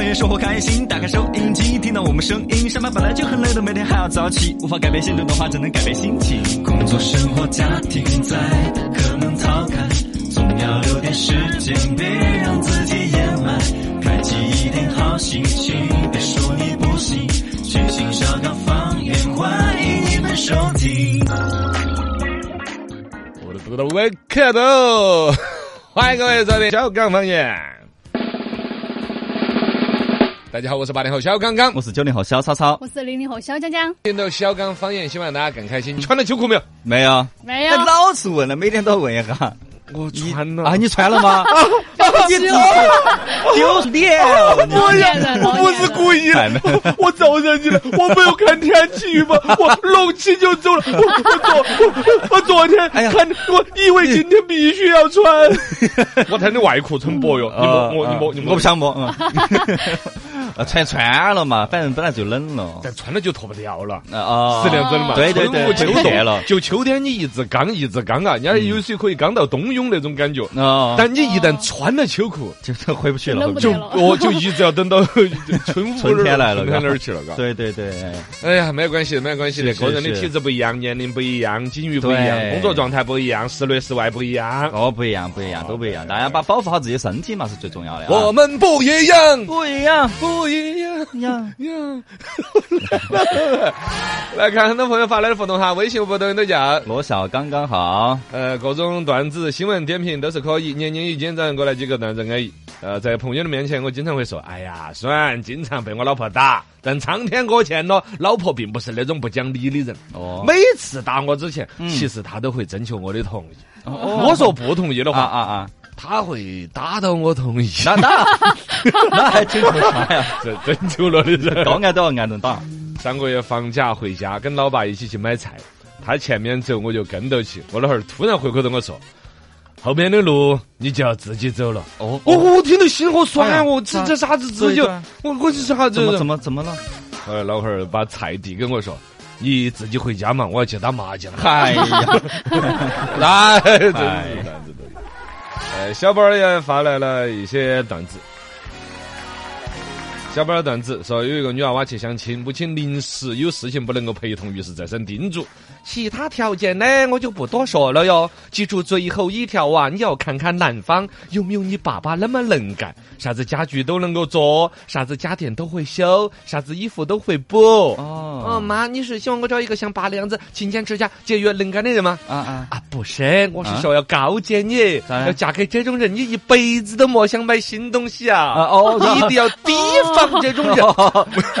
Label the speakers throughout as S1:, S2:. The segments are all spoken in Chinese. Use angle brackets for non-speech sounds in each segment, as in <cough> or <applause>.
S1: 天生活开心，打开收音机，听到我们声音。上班本来就很累的，每天还要早起，无法改变现状的话，只能改变心情。工作、生活、家庭在，可能逃开，总要留点时间，别让自己掩埋。开启一点好心情，别说你不行，全新小岗方言，欢迎你们收听。
S2: 我都不知道我看到，哦 <laughs> 欢迎各位收听小刚方言。大家好，我是八零后小刚刚。
S1: 我是九零后小曹操，
S3: 我是零零后小江江，
S2: 听到小刚方言，希望大家更开心。你哎穿了秋裤没有？
S1: 没有，
S3: 没有
S1: 哎，老是问了，每天都要问一下。
S2: 我
S1: 你
S2: 穿
S1: 啊！你哦穿了吗？你丢丢 <laughs> 脸！
S3: 老年人，老年人
S2: 意
S1: 哎没有
S2: 我早上起来我没有看天气 <laughs> 预报，我弄气就走了。我我昨我我昨天
S1: 哎呀
S2: 我以为今天必须要穿。 <laughs> 我穿的外裤很薄哟，你摸摸你摸你摸
S1: 呃我不。想摸。
S2: <laughs>
S1: 嗯 <laughs> 啊穿穿了嘛，反正本来就冷了。
S2: 但穿了就脱不掉了。
S1: 啊啊！
S2: 是这样子的嘛？
S1: 对对对就
S2: 春捂秋
S1: 热
S2: 冻
S1: 了嗯
S2: 就秋天你一直刚一直刚啊，人家有时可以刚到冬泳那种感觉。
S1: 啊，
S2: 但你一旦穿了秋裤，
S1: 就是回不去了，
S3: 冷
S1: 回不去
S2: 就
S3: 不对
S1: 了。
S3: 了
S2: 我就一直要等到 <laughs> 春捂
S1: 春天来了
S2: 春天那儿去了，嘎。
S1: 对对对，
S2: 哎呀，没关系，没关系的，
S1: 是
S2: 个人的
S1: 是
S2: 体质不一样，年龄不一样，境遇不一样，
S1: 对
S2: 工作状态不一样，室内室外不一样。
S1: 哦，不一样，不一样，都不一样。大家把保护好自己的身体嘛，是最重要的啊。
S2: 我们不一样，
S1: 不一样
S2: 不一样。 <laughs>
S1: 呀，
S2: 呀来看很多朋友发来的互动哈，微信、微博、抖音都叫。
S1: 我笑刚刚好。
S2: 呃，各种段子、新闻点评都是可以。年年一今早上过来几个段子安逸。呃，在朋友的面前，我经常会说：“哎呀，虽然经常被我老婆打，但苍天过欠了，老婆并不是那种不讲理的人。
S1: 哦嗯
S2: 每次打我之前，其实她都会征求我的同意。我说不同意的
S1: 啊
S2: 话，
S1: 啊啊！
S2: 她会打到我同意。
S1: 那那那还啊挺正常呀，
S2: 这 <laughs> 征求了的人，
S1: 高矮都要挨顿
S2: 哦
S1: 打。
S2: 上个月放假回家，跟老爸一起去买菜，他前面走，我就跟到起。我老汉儿突然回过头跟我说：“后面的路你就要自己走了。”
S1: 哦
S2: 哦，我听到心好
S1: 哎呀
S2: 酸哦！这
S1: 啊
S2: 这啥子自由
S1: 对啊？
S2: 我我是啥
S1: 怎
S2: 子
S1: 么？怎么怎么了？
S2: 后来呃老汉儿把菜递给我说：“你自己回家嘛，我要去打麻将。”
S1: 哎呀，
S2: 哎，真是段
S1: 哎
S2: 子都有。呃，小宝儿也发来了一些段子。小宝儿的段子说，有一个女娃娃去相亲，母亲临时有事情不能够陪同，于是再三叮嘱。其他条件呢，我就不多说了哟。记住最后一条啊，你要看看男方有没有你爸爸那么能干，啥子家具都能够做，啥子家电都会修，啥子衣服都会补。哦，
S1: 哦
S2: <laughs> 妈，你是希望我找一个像爸那样子勤俭持家、节约能干的人吗？
S1: 啊啊！
S2: 啊，不是，我是说要告诫你，
S1: 咋了
S2: 要嫁给这种人，你一辈子都莫想买新东西
S1: 啊
S2: 啊！
S1: 哦，
S2: 你一定要提防这种
S1: <laughs>
S2: 人， <laughs>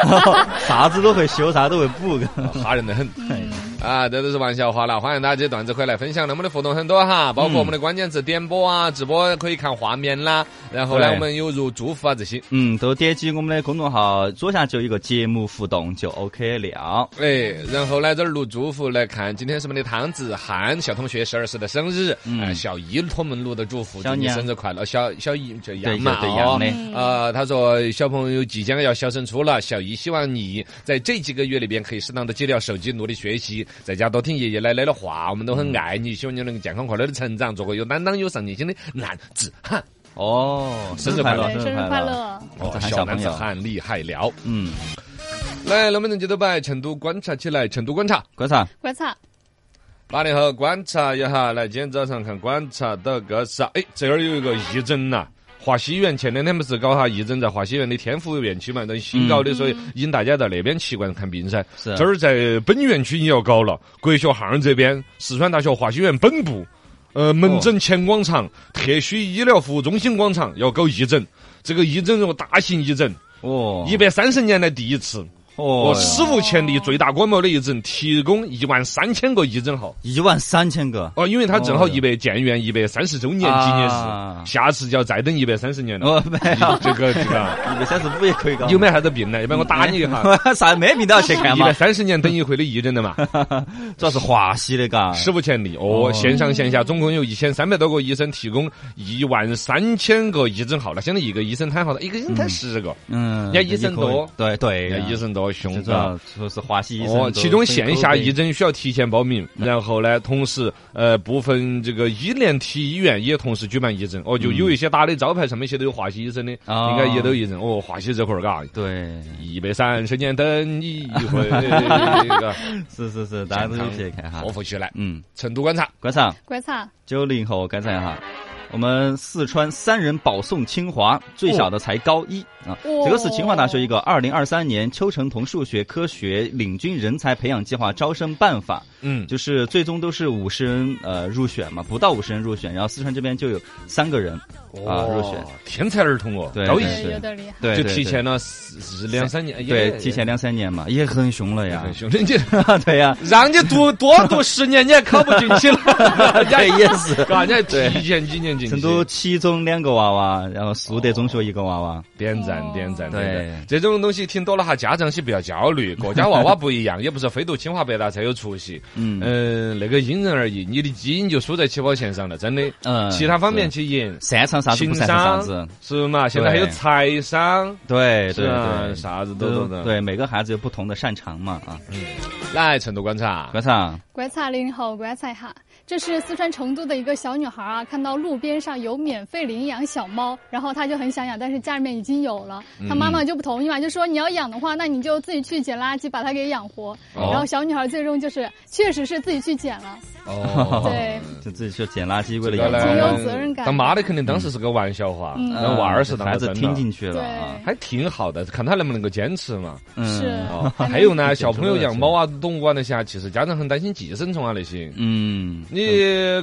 S1: 啥子都会修，啥都会补。
S2: 吓人的很。
S1: 嗯
S2: 啊，这都是玩笑话了，欢迎大家段子回来分享。那我们的互动很多
S1: 嗯
S2: 哈，包括我们的关键词点播啊，直播可以看画面啦，然后呢，
S1: 对
S2: 我们有如祝福啊这些。
S1: 嗯，都点击我们的公众号左下角有一个节目互动就 OK 了。
S2: 哎，然后呢，这儿录祝福来看，今天是我们的唐子涵小同学十二岁的生日，
S1: 嗯
S2: 哎，小姨托我们录的祝福，
S1: 小
S2: 祝你
S1: 娘
S2: 生日快乐，小小姨就
S1: 对
S2: 杨
S1: 对
S2: 嘛，
S1: 对，
S2: 哦
S1: 杨的，
S2: 呃，他说小朋友即将要小升初了，小姨希望你在这几个月里边可以适当的戒掉手机，努力学习，在家多听爷爷奶奶的话，我们都很
S1: 嗯
S2: 爱你，希望你能够健康快乐的成长，做个有担当、有上进心的男子汉。
S1: 哦，
S2: 生日
S1: 日快乐，
S2: 快乐
S3: 对，
S1: 日
S3: 生日
S1: 快
S3: 快！乐！
S2: 哦
S1: 这，还
S2: 小
S1: 小
S2: 男
S1: 朋
S2: 子
S1: 友
S2: 汉厉害了！
S1: 嗯，
S2: 来，能不能接着摆成都观察起来？成都观察，
S1: 观察，
S3: 观察，
S2: 八零后观察一下。来，今天早上看观察到个啥？哎，这儿有一个义诊呐。华西园前两天不是搞哈义诊，在华西园的天府园区嘛，等新搞的，所以引大家到那边奇观看病噻。
S1: 是啊
S2: 这儿在本园区也要搞了，国学巷这边，四川大学华西园本部，
S1: 哦
S2: 呃，门诊前广场、特需医疗服务中心广场要搞义诊。这个义诊哦，大型义诊，
S1: 哦，
S2: 一百三十年来第一次，
S1: 哦
S2: 哦，，史无前例最大规模的义诊，提供一万三千个义诊号。
S1: 一万三千个，
S2: 哦，因为它正好
S1: 哦
S2: 一百建院一百三十周年纪念
S1: 啊
S2: 日，下次就要再等一百三十年了。
S1: 哦，没 <laughs> 有，
S2: 这个这个，
S1: 一百三十五也可以搞。
S2: 有没啥子病呢？要不然我打你一
S1: <laughs>
S2: 下。
S1: 下，啥没病都要去看
S2: 一
S1: 嘛
S2: 百。三十年等一回的义诊的嘛，
S1: 主要是华西的，嘎，
S2: 史无前例哦！
S1: 哦
S2: 线上线下总共有一千三百多个医生提供一万三千个义诊号了，相当于一个医生摊号了，一个人摊十个，
S1: 嗯，
S2: 人家医生多
S1: 对对，
S2: 人家医生多，好凶
S1: 这主
S2: 的。
S1: 要说是华西医生都
S2: 哦，其中线下
S1: 都
S2: 义诊需要提前报名，然后呢，同时呃，部分这个医联体医院也同时举办义诊。哦，就
S1: 嗯
S2: 有一些打的招牌上面写的有华西医生的，
S1: 哦
S2: 应该也都义诊。哦，华西这块儿嘎，
S1: 对，
S2: 一百三十年等一
S1: <laughs>
S2: 回，嘎
S1: 是是是，大家都有去看哈
S2: 破。腹起来。
S1: 嗯，
S2: 成都观察，
S1: 观赏
S3: 观察，
S1: 九零后观察一下。我们四川三人保送清华，最小的才高一、啊！
S3: 哦
S1: 这个是清华大学一个二零二三年邱成桐数学科学领军人才培养计划招生办法，
S2: 嗯，
S1: 就是最终都是五十人呃入选嘛，不到五十人入选，然后四川这边就有三个人啊入选，
S2: 哦天才儿童哦，
S1: 对
S2: 高一
S1: 对
S3: 对，有点厉害。
S1: 对，
S2: 就
S1: 对
S2: 提前了四两三
S1: 对
S2: 年，也
S1: 对提前两三年嘛，也很凶了呀
S2: 很，凶，人家
S1: <laughs> 对呀、
S2: 让你读多读十年，你也考不进去
S1: <laughs>
S2: 了，人家
S1: 对也是。
S2: 嘎，人家提前几年进去，
S1: 成都七中两个娃娃，然后苏德中学一个娃娃，
S2: 点赞点赞，
S1: 对
S2: 点赞这种东西听多了哈，家长些不要焦虑，各家娃娃不一样，也不是非读清华北大才有出息，
S1: 嗯
S2: 嗯，那个因人而异，你的基因就输在起跑线上了，真的，
S1: 嗯
S2: 其他方面去赢。
S1: 擅长啥子
S2: 情
S1: 不擅长啥
S2: 商
S1: 子，
S2: 是嘛？现在还有
S1: 对
S2: 财商，
S1: 对
S2: 是
S1: 对
S2: 啊，
S1: 对，
S2: 啥子都
S1: 都
S2: 懂的。
S1: 对每个孩子有不同的擅长嘛啊，
S2: 来成都观察，
S1: 观察，
S3: 观察零零后，观察一下，这是四川成都的一个小女孩啊，看到路边上有免费领养小猫，然后她就很想养，但是家里面已经有了，她妈妈就不同意嘛，就说你要养的话，那你就自己去捡垃圾把它给养活。
S2: 哦
S3: 然后小女孩最终就是确实是自己去捡了，
S2: 哦
S3: 对，
S1: 就自己去捡垃圾，为了
S2: 这个
S1: 养
S2: 呢
S1: 娃
S3: 挺有
S1: 娃
S3: 责任感
S2: 当妈的肯定当时是个玩笑话，
S3: 嗯
S2: 那娃儿是当
S1: 孩
S2: 时
S1: 子
S2: 真的
S1: 听进去了
S3: 对
S1: 啊，
S2: 还挺好的，看他能不能够坚持嘛。
S1: 嗯
S3: 是
S2: 哦，
S3: 还能
S2: <laughs> 还有呢，
S1: <laughs> 挺
S2: 小朋友
S1: 挺多的
S2: 养猫啊、动物啊那些啊，其实家长很担心寄生虫啊那些。
S1: 嗯，
S2: 你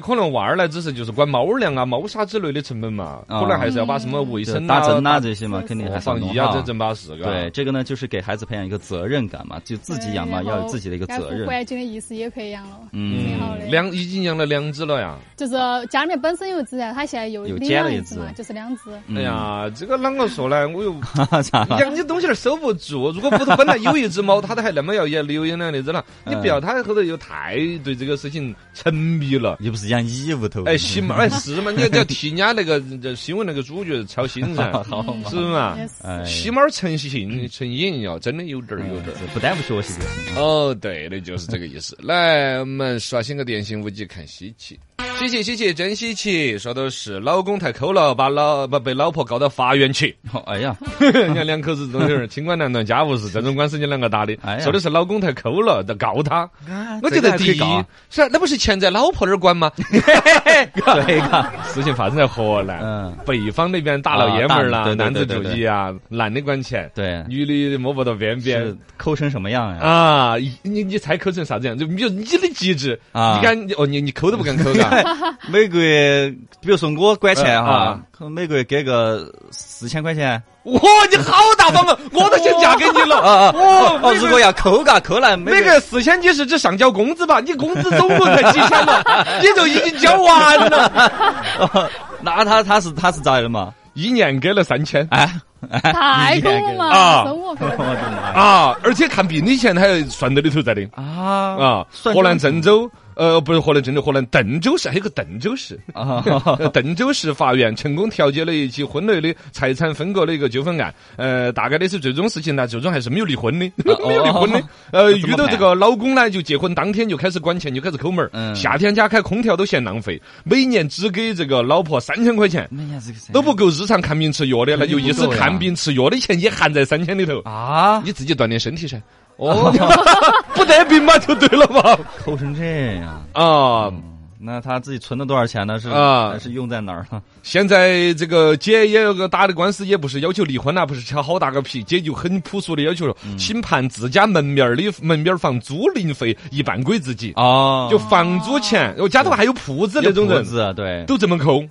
S2: 可能娃儿呢，只是就是管猫粮啊、猫砂之类的成本嘛，
S1: 啊
S2: 可能还是要把什么卫
S1: 就
S2: 生
S1: 打针
S2: 啊
S1: 嗯呐、这些嘛，肯定还是要
S2: 防
S1: 弄
S2: 疫啊
S1: 好
S2: 这正把事，嘎
S1: 对，，这个呢，就是给孩子培养一个责任感嘛，就自己养嘛，
S3: 对
S1: 要有自己的一个责
S3: 然后
S1: 任。
S3: 冠军的意思也可以养了。挺好
S2: 嗯，
S3: 的
S2: 两已经养了两只了呀。
S3: 就是家里面本身有只，然后他现在又
S1: 又
S3: 领
S1: 捡
S3: 养
S1: 了一
S3: 一只嘛，
S1: 只
S3: 就是两只。
S1: 嗯
S2: 哎，呀，这个啷个说呢？我又
S1: 咋了？
S2: 养 <laughs> 你东西儿收不住。如果屋头本来有一只猫，它都还那么要养留养两那只了，你不要它后头又太对这个事情沉迷了。
S1: 又不是养 <laughs> 你屋头。
S2: 哎，行嘛，哎是嘛，你要替人家那个这新闻那个主角操心噻，
S1: <laughs> 好嘛
S2: 是，嘛？
S3: Yes
S1: 哎，
S2: 吸猫儿成性成瘾哟，真的有点儿有点儿。
S1: 哎不耽误学习就行。
S2: 哦，对的，就是这个意思。来，我们刷新个典型五 G 看稀奇，稀奇稀奇，真稀奇！说的是老公太抠了，把老把被老婆告到法院去。
S1: 哦哎呀，
S2: <laughs> 人家两口子这种人，清官难断家务事，这种官司你啷个打的
S1: 哎？呀啊
S2: 说的是老公太抠了，要告他。我觉
S1: 这个
S2: 得
S1: 还可
S2: 第
S1: 以
S2: 一
S1: 搞啊
S2: 是啊那不是钱在老婆那儿管
S1: <laughs>
S2: 吗？
S1: 对个，
S2: 事情发生在河南，
S1: 嗯，
S2: 北方那边大老爷们儿
S1: 啊
S2: 啦，
S1: 大
S2: 男
S1: 对
S2: 子
S1: 对
S2: 主
S1: 对
S2: 义啊，男的管钱，
S1: 对，
S2: 女的摸不到边边
S1: 是。抠成什么样呀？
S2: 啊，你你你猜抠成啥子样？就你就你的极致，
S1: 啊
S2: 你敢哦，你你抠都不敢抠
S1: <laughs>
S2: 嘎，
S1: 每个月，比如说我管钱哈
S2: 啊，
S1: 可能每个月给个四千块钱。
S2: 哇，你好大方啊！我都想嫁给你了
S1: 啊
S2: 哇
S1: 哦，
S2: 每
S1: 如
S2: 个
S1: 果要抠嘎，抠来每
S2: 那个四千几是指上交工资吧？你工资总共才几千嘛，你就已经交完了。
S1: <laughs> 那他他是他是咋的嘛？
S2: 一年给了三千
S1: 哎，哎
S3: <laughs> 太
S1: 你
S3: 公
S1: 看
S3: 了
S1: 看
S2: 啊
S3: 嘛，生活费
S1: 我。的
S3: <laughs>
S1: 妈呀！
S2: 啊，而且看病的钱还算到里头在的
S1: 啊
S2: 啊。河南郑州，呃，不是河南郑州，河南邓州市还有个邓州市。
S1: <laughs> 啊，
S2: 呃 <laughs> 邓州市法院成功调解了一起婚内的财产分割的一个纠纷案。呃，大概的是最终事情呢，最终还是没有离婚的， <laughs> 没有离婚的。
S1: 啊
S2: 呃，
S1: 哦怎么
S2: 遇到这
S1: 办
S2: 个老公呢，就结婚当天就开始管钱，就开始抠门儿。
S1: 嗯
S2: 夏天家开空调都嫌浪费，每年只给这个老婆三千块钱。
S1: 哎呀，这个
S2: 都不够日常看病吃药的，那就意思
S1: 肯定不够呀
S2: 看病吃药的钱也含在三千里头。
S1: 啊，
S2: 你自己锻炼身体噻。
S1: <laughs>
S2: 哦，不得病嘛，就对了嘛。
S1: 抠成这样。
S2: 啊，
S1: 那他自己存了多少钱呢？是
S2: 啊
S1: 还是用在哪儿了？
S2: 现在这个姐也有个打的官司，也不是要求离婚啦、不是扯好大个皮，姐就很朴素的要求了，请判自家门面儿的门面儿房租赁费一半归自己，
S1: 哦
S2: 就房租钱。我家头还有铺子那种人。
S1: 子啊，对，
S2: 都这么抠，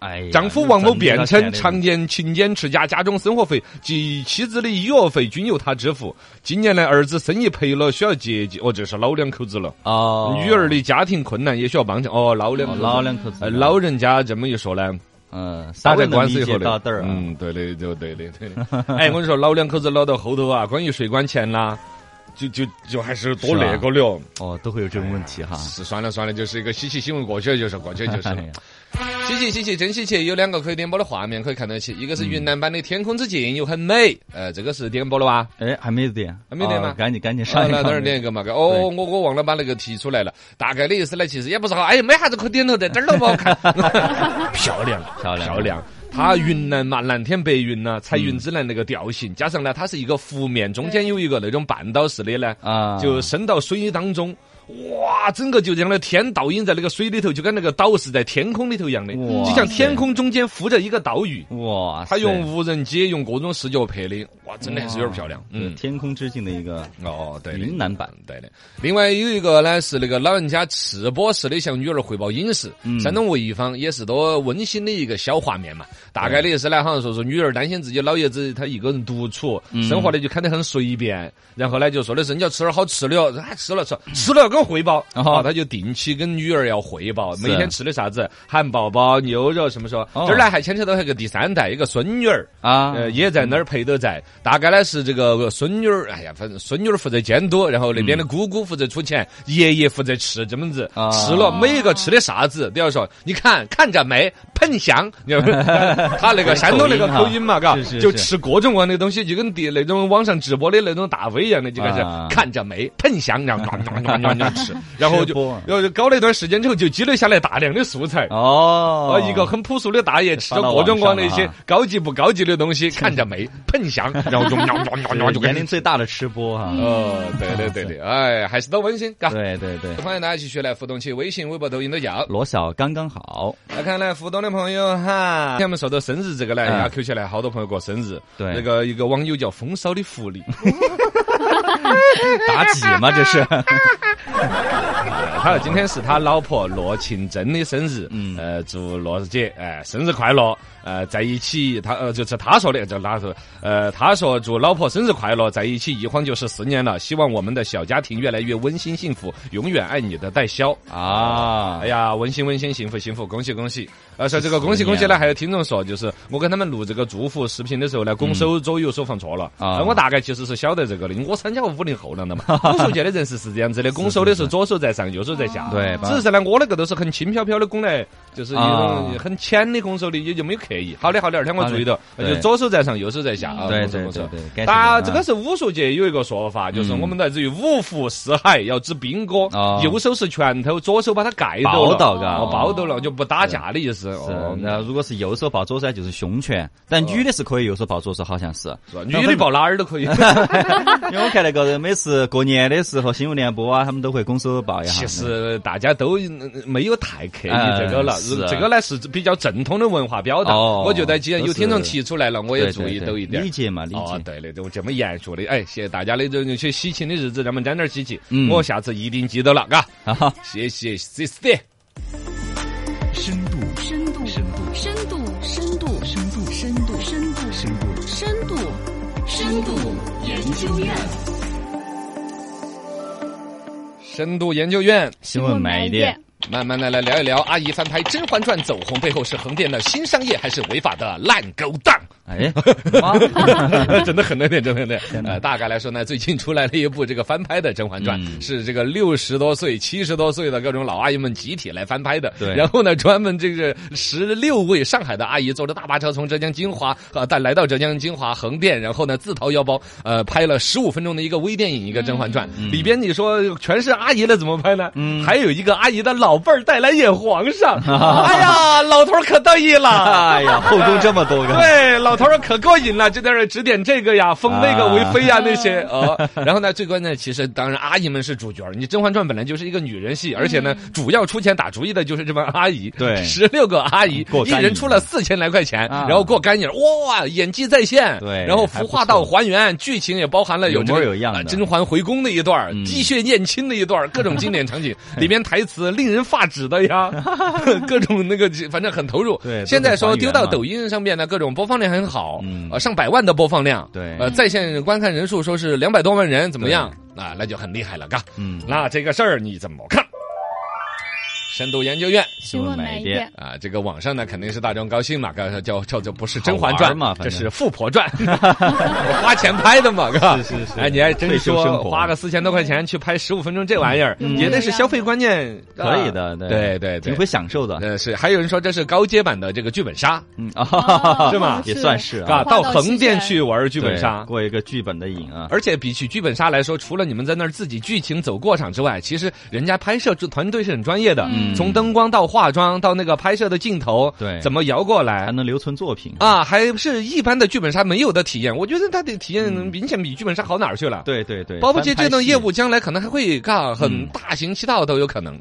S1: 哎呀，
S2: 丈夫王某辩称，
S1: 这
S2: 常
S1: 个
S2: 年勤俭持家，家中生活费及妻子的医药费均由他支付。近年来，儿子生意赔了，需要接济，哦，这是老两口子了。
S1: 哦，
S2: 女儿的家庭困难也需要帮衬。哦，老两
S1: 哦
S2: 口子
S1: 老两口子
S2: 呃，老人家这么一说呢，
S1: 嗯，稍
S2: 打
S1: 微
S2: 在
S1: 能
S2: 官司
S1: 理
S2: 以
S1: 解
S2: 后
S1: 到
S2: 的
S1: 这儿，啊，
S2: 嗯，对的，就对的，
S1: <laughs>
S2: 对的。哎，我跟你说，老两口子老到后头啊，关于税管钱啦，就就就还是多
S1: 是吧
S2: 那个了。
S1: 哦，都会有这种问题哈。
S2: 哎
S1: <laughs>
S2: 是算了算了，就是一个稀奇新闻，过去了就是过去了就是
S1: 哎
S2: 了
S1: 呀。
S2: 稀奇稀奇，真稀奇！有两个可以点播的画面可以看得起，一个是云南版的《天空之镜》，又很美。呃，这个是点播了吧？
S1: 哎，还没点，
S2: 还没点吗
S1: 哦赶紧赶紧
S2: 啊
S1: 上一
S2: 那
S1: 上。
S2: 等会儿点一个嘛？个哦，我我忘了把那个提出来了。大概的意思呢，其实也不是哈，哎，没啥子可点头的，点儿都不好看。
S1: <laughs>
S2: <laughs> 漂亮，
S1: 漂亮
S2: 漂亮。它云南嘛，蓝天白云呐、彩云之南那个调性，加上呢，它是一个湖面，中间有一个那种半岛式的呢，
S1: 啊，
S2: 就伸到水当中，哇，整个就像那天倒映在那个水里头，就跟那个岛是在天空里头一样的，
S1: 哇
S2: 就像天空中间浮着一个岛屿。
S1: 哇塞，
S2: 它用无人机用各种视角拍的，哇，真的还是有点漂亮。
S1: 嗯
S2: 嗯，
S1: 天空之镜的一个
S2: 哦，对的，
S1: 云南版
S2: 对的。另外有一个呢是那个老人家赤膊式的向女儿汇报饮食，
S1: 嗯
S2: 山东潍坊也是多温馨的一个小画面嘛。大概的意思呢，好像说是女儿担心自己老爷子他一个人独处，
S1: 嗯
S2: 生活呢就看得很随便，然后呢就说的是你要吃点好吃的哟，啊吃了吃吃了要跟我汇报，
S1: 嗯哦
S2: 啊他就定期跟女儿要汇报
S1: 是
S2: 每天吃的啥子汉堡包、牛肉什么说，
S1: 哦
S2: 这儿呢还牵扯到一个第三代一个孙女儿。
S1: 啊，
S2: 呃，也在那儿陪都在。大概呢是这个孙女儿，哎呀，反正孙女儿负责监督，然后那边的姑姑负责出钱，爷爷负责吃，这么子
S1: 嗯啊
S2: 吃了每一个吃的啥子都要说，你看看着没，喷香。 <laughs> 你知道吗
S1: <laughs>
S2: 他那个山东那个口音嘛，嘎
S1: 啊是是，是
S2: 就吃各种各样的东西，就跟地那种网上直播的那种大 V 一样的，就开始
S1: 啊
S2: 看着没，喷香，然后
S1: <laughs>
S2: 吃，然后
S1: 吃
S2: 就
S1: 播
S2: 然后就搞了一段时间之后，就积累下来大量的素材。
S1: 哦
S2: 啊，，一个很朴素的大爷吃着各种各样的一些高级不高级的东西，看着美，喷香，然后就喵喵喵喵
S1: 是
S2: 就
S1: 年
S2: 跟
S1: 龄最大的吃播哈。
S2: 哦，对的对的，哎，还是都温馨，嘎。
S1: 对对对，
S2: 欢迎大家继续来互动起，微信、微博、抖音都叫。
S1: 罗小刚刚
S2: <laughs>
S1: 好。
S2: 来看来互动的朋友哈，今天我们说到生日这个呢，
S1: 嗯
S2: 要 Q 起来，好多朋友过生日。
S1: 对
S2: 那个一个网友叫风骚的狐狸，
S1: 妲己吗？这
S2: <laughs>
S1: 是
S2: 他说今天是他老婆罗庆珍的生日，
S1: 嗯
S2: 呃，祝罗姐哎、生日快乐，呃，在一起，他呃就是他说的，就他说，呃，他说祝老婆生日快乐，在一起一晃就是十年了，希望我们的小家庭越来越温馨幸福，永远爱你的戴潇。
S1: 啊
S2: 哎，呀，温馨温馨，幸福幸福，恭喜恭喜！呃，说这个恭喜恭喜
S1: 十年了
S2: 呢，还有听众说，就是我跟他们录这个祝福视频的时候呢，拱手左右手放错了。
S1: 嗯啊
S2: 那我大概其实是晓得这个的，因为我参加过五零后
S1: <laughs>
S2: 浪的嘛。武术界的人是是这样子的，拱手的时候左手在上，右手在下。
S1: 对
S2: 只是呢，我那个都是很轻飘飘的拱来，就是一种
S1: 啊
S2: 很浅的拱手的，也就没有刻意。好的好的，二天我
S1: 好的
S2: 注意到，呃
S1: 对
S2: 就左手在上，右手在下啊。
S1: 对
S2: 拱手
S1: 对
S2: 拱手
S1: 对对该是
S2: 啊，
S1: 这样
S2: 这个是武术界有一个说法，就是
S1: 嗯
S2: 我们来自于五湖四海，要指兵哥
S1: 哦，
S2: 右手是拳头，左手把它盖到
S1: 抱
S2: 了，
S1: 到嘎
S2: 哦，抱到了就不打架的意思。哦
S1: 是，，那如果是右手抱左手就是凶拳，但女的是可以右手抱左手，好像是。
S2: 是吧女的抱哪儿都可以。
S1: 因为我看那个每次过年的时候，新闻联播啊，他们都会拱手抱一下。
S2: 其实大家都嗯没有太刻意
S1: 哎
S2: 这个了，
S1: 是
S2: 这个呢是比较正统的文化表达。
S1: 哦
S2: 我觉得既然有
S1: 都是
S2: 听众提出来了，我也
S1: 对
S2: 注
S1: 对
S2: 意
S1: 对
S2: 到一点。
S1: 理解嘛，理
S2: 哦，
S1: 解。
S2: 对的，就这么严肃的，哎，谢谢大家的这这些喜庆的日子，咱们沾点喜气。
S1: 嗯
S2: 我下次一定记得了，嘎，
S1: 啊，
S2: 谢谢 sister。
S4: 深度，
S5: 深度，
S4: 深度，
S5: 深度，深度，
S4: 深度，
S5: 深度，深度，
S4: 深度，
S5: 深度，深度研究院。
S2: 深度研究院，
S1: 新闻买一点，
S2: 慢慢的来聊一聊，阿姨翻拍《甄嬛传》走红背后是横店的新商业还是违法的烂勾当？
S1: 哎，
S2: <laughs> 真的很那点，真的很那点。
S1: 的
S2: 呃，大概来说呢，最近出来了一部这个翻拍的《甄嬛传》，
S1: 嗯
S2: 是这个六十多岁、七十多岁的各种老阿姨们集体来翻拍的。
S1: 对
S2: 然后呢，专门这个十六位上海的阿姨坐着大巴车从浙江金华啊，但来到浙江金华横店，然后呢自掏腰包呃拍了十五分钟的一个微电影，一个《甄嬛传》，里边你说全是阿姨了，怎么拍呢？
S1: 嗯
S2: 还有一个阿姨的老伴儿带来演皇
S1: <laughs>
S2: 上，哎呀，老头儿可得意了。
S1: 哎呀，后宫这么多个，
S2: <laughs> 对，老头儿可过瘾了，就在那儿指点这个呀，封那个为妃呀、那些
S1: 啊
S2: 哦。然后呢，最关键其实当然阿姨们是主角儿，你《甄嬛传》本来就是一个女人戏，而且呢，主要出钱打主意的就是这帮阿姨。
S1: 嗯对
S2: 十六个阿姨
S1: 过，
S2: 一
S1: 干瘾
S2: 人出了四千来块钱，
S1: 啊
S2: 然后过干瘾，哇，演技在线。
S1: 对
S2: 然后
S1: 还不
S2: 服化道还原，剧情也包含了
S1: 有
S2: 这
S1: 模
S2: 个
S1: 有样
S2: 呃
S1: 的
S2: 甄嬛回宫的一段儿，
S1: 嗯
S2: 滴血验亲的一段儿，各种经
S1: <laughs>
S2: 典场景，里边台词令人发指的呀，各种那个反正很投入。
S1: 对
S2: 现在
S1: 都
S2: 说
S1: 很还
S2: 丢
S1: 原
S2: 到
S1: 嘛
S2: 抖音上面呢，各种播放量很好，
S1: 嗯
S2: 呃，上百万的播放量，
S1: 对
S2: 呃，在线观看人数说是两百多万人，怎么样？啊，那就很厉害了，嘎。
S1: 嗯，
S2: 那这个事儿你怎么看？深度研究院
S3: 询问买点。
S2: 啊，这个网上呢肯定是大众高兴嘛，刚才叫叫这不是《甄嬛
S1: 好
S2: 传
S1: 玩》嘛反
S2: 这
S1: 正
S2: 是《富
S1: <laughs>
S2: 婆传》，我花钱拍的嘛，哥。
S1: 是是是
S2: 哎，你还真
S1: 退休生
S2: 说
S1: 活
S2: 花个四千多块钱去拍十五分钟这玩意儿，
S3: 嗯
S2: 也得是消费观念
S1: 可以的，
S2: 啊对对
S1: 挺
S2: 对
S1: 会。享受的，
S2: 呃，是，还有人说这是高阶版的这个剧本杀，
S1: 嗯啊哈哈哈， <laughs>
S2: 是吗
S1: 也算是啊
S2: 啊，
S3: 花
S2: 到
S3: 哦到
S2: 横店
S3: 西
S2: 去玩剧
S1: 剧
S2: 本杀，
S1: 过一个剧本的瘾啊，
S2: 而且比起剧本杀来说，除了你们在那儿自己剧情走过场之外，其实人家拍摄团队是很专业的，
S3: 嗯
S2: 从灯光到化妆到那个拍摄的镜头，
S1: 对
S2: 怎么摇过
S1: 还
S2: 来。
S1: 能留存作品，
S2: 啊，还是一般的剧本杀没有的体验，我觉得他的体验明显比剧本杀好哪儿去了。
S1: 对对对，
S2: 啊包括这
S1: 翻拍
S2: 这种
S1: 戏
S2: 业务，将来可能还会干很
S1: 嗯
S2: 大行其道都有可能。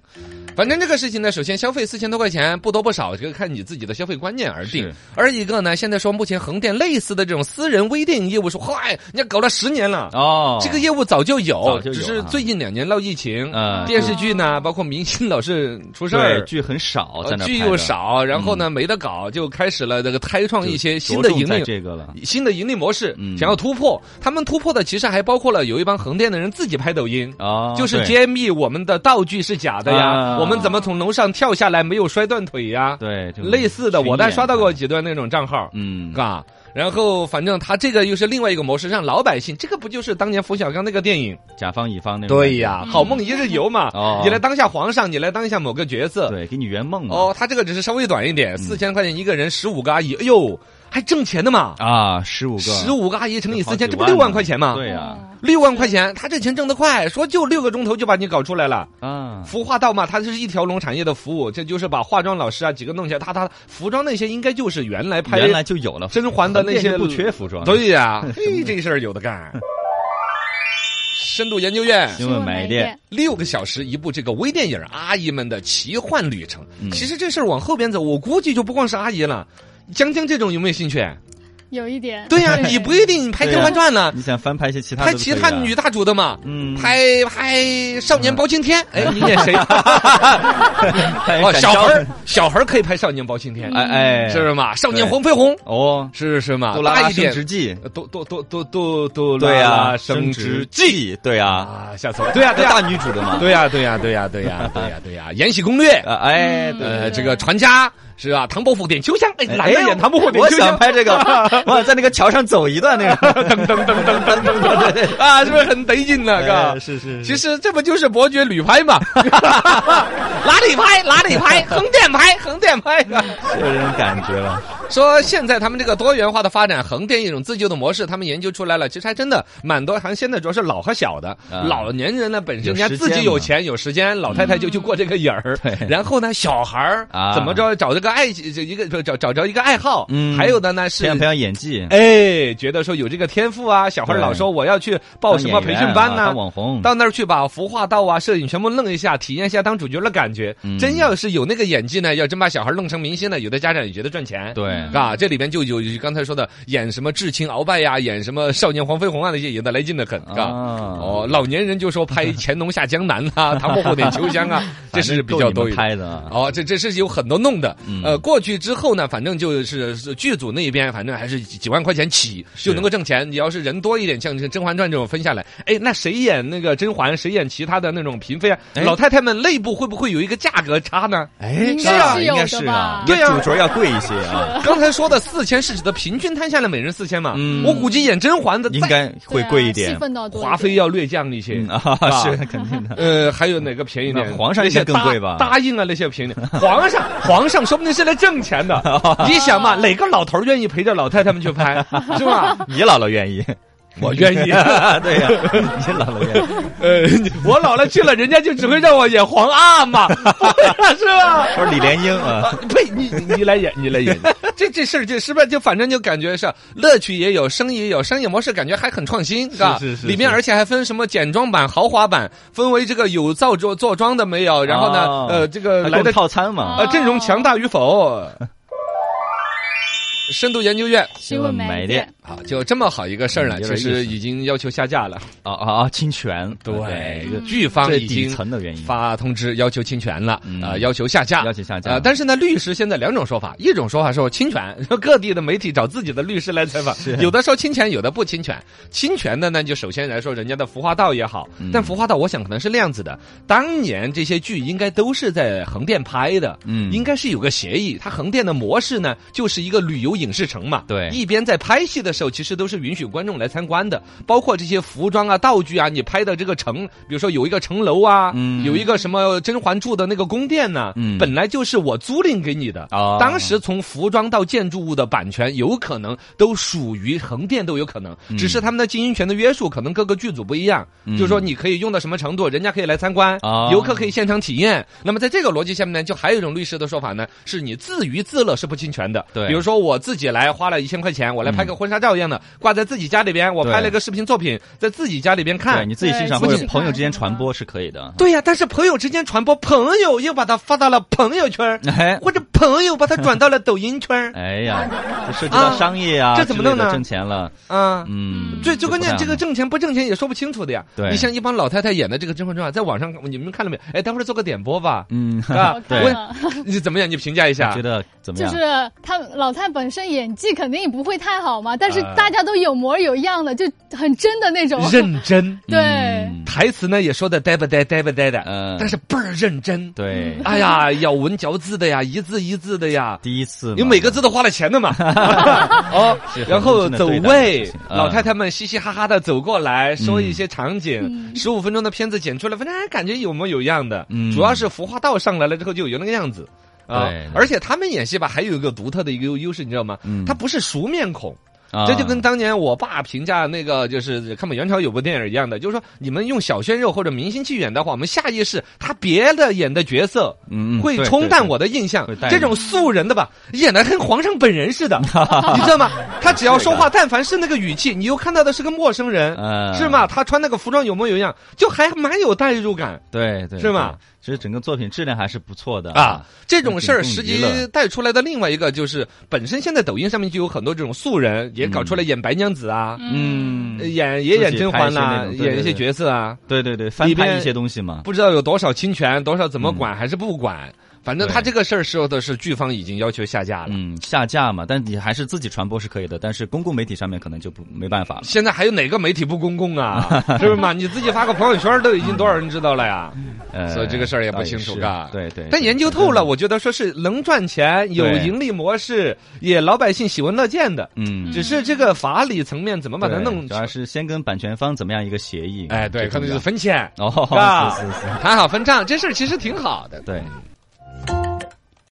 S2: 反正这个事情呢，首先消费四千多块钱不多不少，这个看你自己的消费观念而定
S1: 是。
S2: 而一个呢，现在说目前横店类似的这种私人微电影业务说，嗨，人家搞了十年了。
S1: 哦，
S2: 这个业务早就有，
S1: 早就有
S2: 只是最近两年闹疫情，
S1: 嗯
S2: 电视剧呢，包括明星老是出事
S1: 对
S2: 儿。
S1: 剧很少，在
S2: 呃
S1: 那儿
S2: 剧
S1: 拍
S2: 又
S1: 的，
S2: 少，然后呢没得搞，就开始了这个开创
S1: 就
S2: 一些
S1: 着
S2: 新的
S1: 重
S2: 盈
S1: 在
S2: 利
S1: 这个了，
S2: 新的盈利模式，
S1: 嗯
S2: 想要突破。他们突破的其实还包括了有一帮横店的人自己拍抖音。
S1: 哦，
S2: 就是
S1: 对
S2: 揭秘我们的道具是假的呀，
S1: 啊
S2: 我们怎么从楼上跳下来没有摔断腿呀？
S1: 对这种
S2: 类似的，
S1: 群
S2: 我倒
S1: 演
S2: 刷到
S1: 啊
S2: 过几段那种账号，
S1: 嗯，
S2: 啊，然后反正他这个又是另外一个模式，让老百姓，这个不就是当年冯小刚那个电影？
S1: 甲方乙方那种，
S2: 对，呀，好梦一日游嘛，
S1: 嗯哦
S2: 你来当下皇上，你来当一下某个角色。
S1: 对，给嗯你圆梦嘛
S2: 哦，他这个只是稍微短一点，四千块钱一个人，十五个阿姨，哎呦，还挣钱的嘛，
S1: 啊，十五个，
S2: 十五个阿姨乘以
S1: 好
S2: 四千，
S1: 几
S2: 这不
S1: 万
S2: 六万
S1: 呢
S2: 块钱嘛？
S1: 对呀、
S3: 哦
S2: 六万块钱，他这钱挣得快，说就六个钟头就把你搞出来了。
S1: 啊，
S2: 服化道嘛，它是一条龙产业的服务，这就是把化妆老师啊几个弄起来，他他服装那些应该就是原来拍
S1: 原来就有了，
S2: 甄嬛的那
S1: 横店
S2: 些
S1: 就不缺服装，
S2: 对呀、嘿，这事儿有的干。深度研究院
S1: 询问买店，
S2: 六个小时一部这个微电影《阿姨们的奇幻旅程》
S1: 嗯
S2: 其实这事儿往后边走，我估计就不光是阿姨了。江江这种有没有
S1: <laughs>
S2: 兴趣？
S3: 有一点。
S2: 对呀、你不一定拍《甄嬛传》呢，
S1: 你想翻拍一些其他的
S2: 拍
S1: 都
S2: 其
S1: 可以
S2: 他
S1: 啊
S2: 女大主的嘛，
S1: 嗯
S2: 拍拍《少年包青天》。哎，你演谁？ <laughs>
S1: 拍
S2: 哦，
S1: 展
S2: 小
S1: 昭
S2: 孩儿，小孩儿可以拍《少年包青天》
S1: 哎哎，
S2: 是不是嘛？少年
S1: 对
S2: 黄飞鸿
S1: 哦，
S2: 是是嘛？
S1: 杜拉
S2: 大
S1: 拉
S2: 一
S1: 升
S2: 点，
S1: 职记，
S2: 呃杜杜杜杜杜杜
S1: 对呀、
S2: 拉拉
S1: 升
S2: 升
S1: 职
S2: 职
S1: 记，对呀、啊，
S2: 啊，下次我对呀对呀
S1: <laughs> 大女主的嘛，
S2: 对呀对呀对呀对呀对呀对呀，《延禧攻略》
S1: 啊，哎， <laughs> 对。
S2: 呃，
S3: 对
S2: 这个传家是吧？唐伯虎点秋香，哎，男
S1: 哎
S2: 的演唐伯虎点
S1: 我
S2: 秋
S1: 想
S2: 香，
S1: 拍这个，我想在那个桥上走一段那个，
S2: <laughs> 噔噔噔噔噔噔
S1: <laughs>
S2: 噔，对对啊，是不是很得劲呢？
S1: 哎
S2: 哥，
S1: 是是，
S2: 其实这不就是伯爵旅拍
S1: <laughs>
S2: 嘛？哪里拍哪里拍，
S1: 嗯
S2: 横店拍横店拍。
S1: 是有这种感觉了，
S2: 说现在他们这个多元化的发展，横店一种自救的模式，他们研究出来了。其实还真的蛮多，好像现在主要是老和小的，
S1: 啊
S2: 老年人呢本身
S1: 有
S2: 人家
S1: 时
S2: 自己
S1: 间
S2: 有
S1: 嘛嗯
S2: 钱有时间，老太太就去过这个瘾儿。
S1: 对
S2: 然后呢，小孩儿
S1: 啊
S2: 怎么着找这个爱这一个找找着一个爱好，
S1: 嗯
S2: 还有的呢是
S1: 培。养培养演技，
S2: 哎，觉得说有这个天赋啊，小孩儿
S1: 对
S2: 老说我要去报
S1: 当
S2: 什么
S1: 演
S2: 培
S1: 员
S2: 训班
S1: 啊
S2: 呢、
S1: 当网红，
S2: 到那儿去把服化道啊、摄影全部弄一下，体验一下当主角的感觉。
S1: 嗯
S2: 真要是有那个演技呢，要真把小孩弄成明星呢，有的家长也觉得赚钱。
S1: 对，
S2: 啊，这里边就有有刚才说的演什么至亲鳌拜呀、演什么少年黄飞鸿啊那些，演的来劲的很，啊。
S1: 哦，
S2: 哦，老年人就说
S1: <laughs>
S2: 拍《乾隆下江南》啊，《唐伯虎点秋香》啊，这是比较
S1: 反正
S2: 多
S1: 够你们
S2: 一点。
S1: 拍的啊，
S2: 哦，这这是有很多弄的，
S1: 嗯
S2: 呃，过去之后呢，反正就是是剧组那边，反正还是几几万块钱起
S1: 是
S2: 就能够挣钱。你要是人多一点，像这《甄嬛传》这种分下来，哎，那谁演那个甄嬛，谁演其他的那种嫔妃啊？
S1: 哎
S2: 老太太们内部会不会有一个价格差呢？
S1: 哎
S3: 应
S1: 这
S3: 该
S1: 样
S3: 是
S1: 应
S3: 有
S1: 该
S3: 的
S1: 是
S3: 吧
S1: 啊，
S2: 对呀
S1: 主角要贵一些啊，
S2: 刚才说的四千是指的平均摊下来每人四千嘛？
S1: 嗯
S2: 我估计演甄嬛的
S1: 应
S2: 再
S1: 该会
S3: 啊
S1: 贵一点
S3: 戏，份倒多一点。
S2: 华妃要略降一些
S1: 嗯。啊
S2: 吧，
S1: 是肯定
S2: <laughs>
S1: 的，
S2: 呃，还有哪个便宜点？
S1: 那皇上
S2: 那
S1: 应
S2: 些
S1: 该更贵吧
S2: 答答应啊，那些便宜点。皇上，皇上说不定是来挣
S1: <laughs>
S2: 钱的。你想嘛，哪个老头儿愿意陪着老太太们去拍，
S1: <laughs>
S2: 是吧？
S1: 你姥姥愿意，
S2: 我愿 <laughs> 意。
S1: 对呀， <laughs> 你姥姥愿意，
S2: 呃，我老了去了，人家就只会让我演皇阿玛， <laughs> 是吧？
S1: 我说李莲英啊
S2: 啊，，呸！你你来演，你来演，这这事儿这是不是就反正就感觉是乐趣也有，生意也有，商业模式感觉还很创新，是吧？
S1: 是是
S2: 里面而且还分什么简装版、豪华版，分为这个有造作做装的没有，然后呢，
S1: 哦
S2: 呃，这个
S1: 还
S2: <laughs>
S1: 来
S2: 来的
S1: 的套餐
S3: 哦
S1: 嘛，
S2: 呃阵容强大与否。深度研究院
S3: 询问买
S1: 买
S3: 店
S1: 店，
S2: 好，就这么好一个事儿呢，
S1: 嗯有
S2: 其
S1: 点意
S2: 实
S1: 思
S2: 已经要求下架了。
S1: 啊啊啊！侵权，
S2: 对，
S1: 这
S2: 剧方
S1: 最
S2: 已
S1: 底
S2: 经
S1: 层的原因，
S2: 发通知要求侵权了，
S1: 嗯
S2: 啊，要求下架，
S1: 要求下架
S2: 啊。但是呢，律师现在两种说法，一种说法说侵权，说各地的媒体找自己的律师来采访，有的说侵权，有的不侵权。侵权的呢，就首先来说人家的服化道也好，
S1: 嗯
S2: 但服化道我想可能是那样子的，当年这些剧应该都是在横店拍的，
S1: 嗯
S2: 应该是有个协议，它横店的模式呢，就是一个旅游影视城嘛，
S1: 对
S2: 一边在拍戏的时候，其实都是允许观众来参观的，包括这些服装啊、道具啊，你拍的这个城，比如说有一个城楼啊，
S1: 嗯
S2: 有一个什么甄嬛住的那个宫殿呢、
S1: 嗯
S2: 本来就是我租赁给你的。
S1: 哦
S2: 当时从服装到建筑物的版权，有可能都属于横店，都有可能，只
S1: 嗯
S2: 是他们的经营权的约束，可能各个剧组不一样。就是说，你可以用到什么程度，人家可以来参观，
S1: 哦
S2: 游客可以现场体验。那么在这个逻辑下面呢，就还有一种律师的说法呢，是你自娱自乐是不侵权的。
S1: 对嗯
S2: 比如说我自己来花了一千块钱，我来拍个婚纱照一样的，挂在自己家里边，我
S1: 对
S2: 拍了一个视频作品，在自己家里边看
S1: 对，。你自己欣赏
S3: 对
S1: 或者
S3: 自己
S1: 朋友
S3: 看
S1: 之间传播是可以的。
S2: 对呀、但是朋友之间传播，朋友又把它发到了朋友圈儿，
S1: 哎
S2: 或者朋友把它转到了抖音圈儿，
S1: 哎
S2: <laughs>
S1: 呀，这涉及到商业啊，
S2: 啊这怎么
S1: 之类的
S2: 弄呢
S1: 挣钱了，
S2: 啊。
S1: 嗯，
S2: 最最
S1: 不
S2: 关键，
S1: 太
S2: 这个
S1: 好
S2: 挣钱不挣钱也说不清楚的呀。
S1: 对
S2: 你像一帮老太太演的这个《甄嬛传》，在网上你们看了没有？哎，待会儿做个点
S1: <laughs>
S2: 播吧。 <laughs>
S1: 嗯，
S2: 啊
S3: 我，
S1: 对
S3: 看
S2: 我
S3: 了。
S2: 你怎么样？你评价一下
S1: 觉。得怎么
S3: 就
S1: 样？
S3: 是他老太本身演技肯定也不会太好嘛，但是
S2: 啊
S3: 大家都有模有样的，就很真的那种。
S2: 认真，
S3: 对，
S1: 嗯
S2: 台词呢也说的呆不呆呆不呆的，
S1: 嗯
S2: 但是倍儿认真。，
S1: 对，
S2: 哎呀，咬文嚼字的呀，一字一字的呀。
S1: 第一次嘛，
S2: 你每个字都花了钱
S1: <laughs>
S2: 的嘛，哦，然后走
S1: 真的对
S2: 位
S1: 待的事情，嗯
S2: 老太太们嘻嘻哈哈的走过来，说一些场景，十五分钟的片子剪出来，反正哎感觉有模有样的，
S1: 嗯
S2: 主要是服化道上来了之后就有那个样子。啊
S1: 对！
S2: 而且他们演戏吧，还有一个独特的一个优优势，你知道吗？
S1: 嗯
S2: 他不是熟面孔，
S1: 啊
S2: 这就跟当年我爸评价那个就是看我们元朝有部电影一样的，就是说你们用小鲜肉或者明星去演的话，我们下意识他别的演的角色。
S1: 嗯嗯
S2: 会
S1: 对
S2: 冲
S1: 对
S2: 淡
S1: 对
S2: 我的印象
S1: 会带，
S2: 这
S1: 你
S2: 种素人的吧，演的跟皇上本人
S1: <laughs>
S2: 似的，你知道吗？他只要说话，但凡是那个语气，你又看到的是个陌生人，
S1: 嗯
S2: 是吗？他穿那个服装有模有样，就还蛮有代入感。
S1: 对对，
S2: 是吗
S1: 对？其实整个作品质量还是不错的
S2: 啊，，这种事儿
S1: 仅供
S2: 实
S1: 娱
S2: 际
S1: 乐
S2: 带出来的另外一个就是，本身现在抖音上面就有很多这种素人也搞出来演白娘子啊，
S1: 嗯，
S2: 演也演甄嬛啦、
S1: 自己拍一些那种对
S2: 演一些
S1: 对对
S2: 角色啊，
S1: 对对对，翻
S2: 里
S1: 拍
S2: 边
S1: 一些东西嘛，
S2: 不知道有多少侵权，多少怎么管、还是不管，反正他
S1: 嗯对
S2: 这个事儿说的是剧方已经要求下架了。
S1: 嗯，下架嘛，但你还是自己传播是可以的，但是公共媒体上面可能就不没办法了。
S2: 现在还有哪个媒体不公共啊？
S1: <laughs>
S2: 是不是嘛？你自己发个朋友圈，都已经多少人知道了呀？
S1: 呃，
S2: 所以这个事儿也不
S1: 倒
S2: 清楚
S1: 是
S2: 嘎
S1: 对对，
S2: 但
S1: 对
S2: 研究透了，，我觉得说是能赚钱、有
S1: 对
S2: 盈利模式，也老百姓喜闻乐见的。
S1: 嗯，
S2: 只是这个法理层面怎么把它
S1: 对
S2: 弄
S1: 主？要是先跟版权方怎么样一个协议。
S2: 哎，对，
S1: 这
S2: 可
S1: 重
S2: 能就
S1: 要
S2: 是分钱，
S1: 哦，
S2: 嘎
S1: 是是是，
S2: 谈好分账，这事儿其实挺好的。
S1: 对。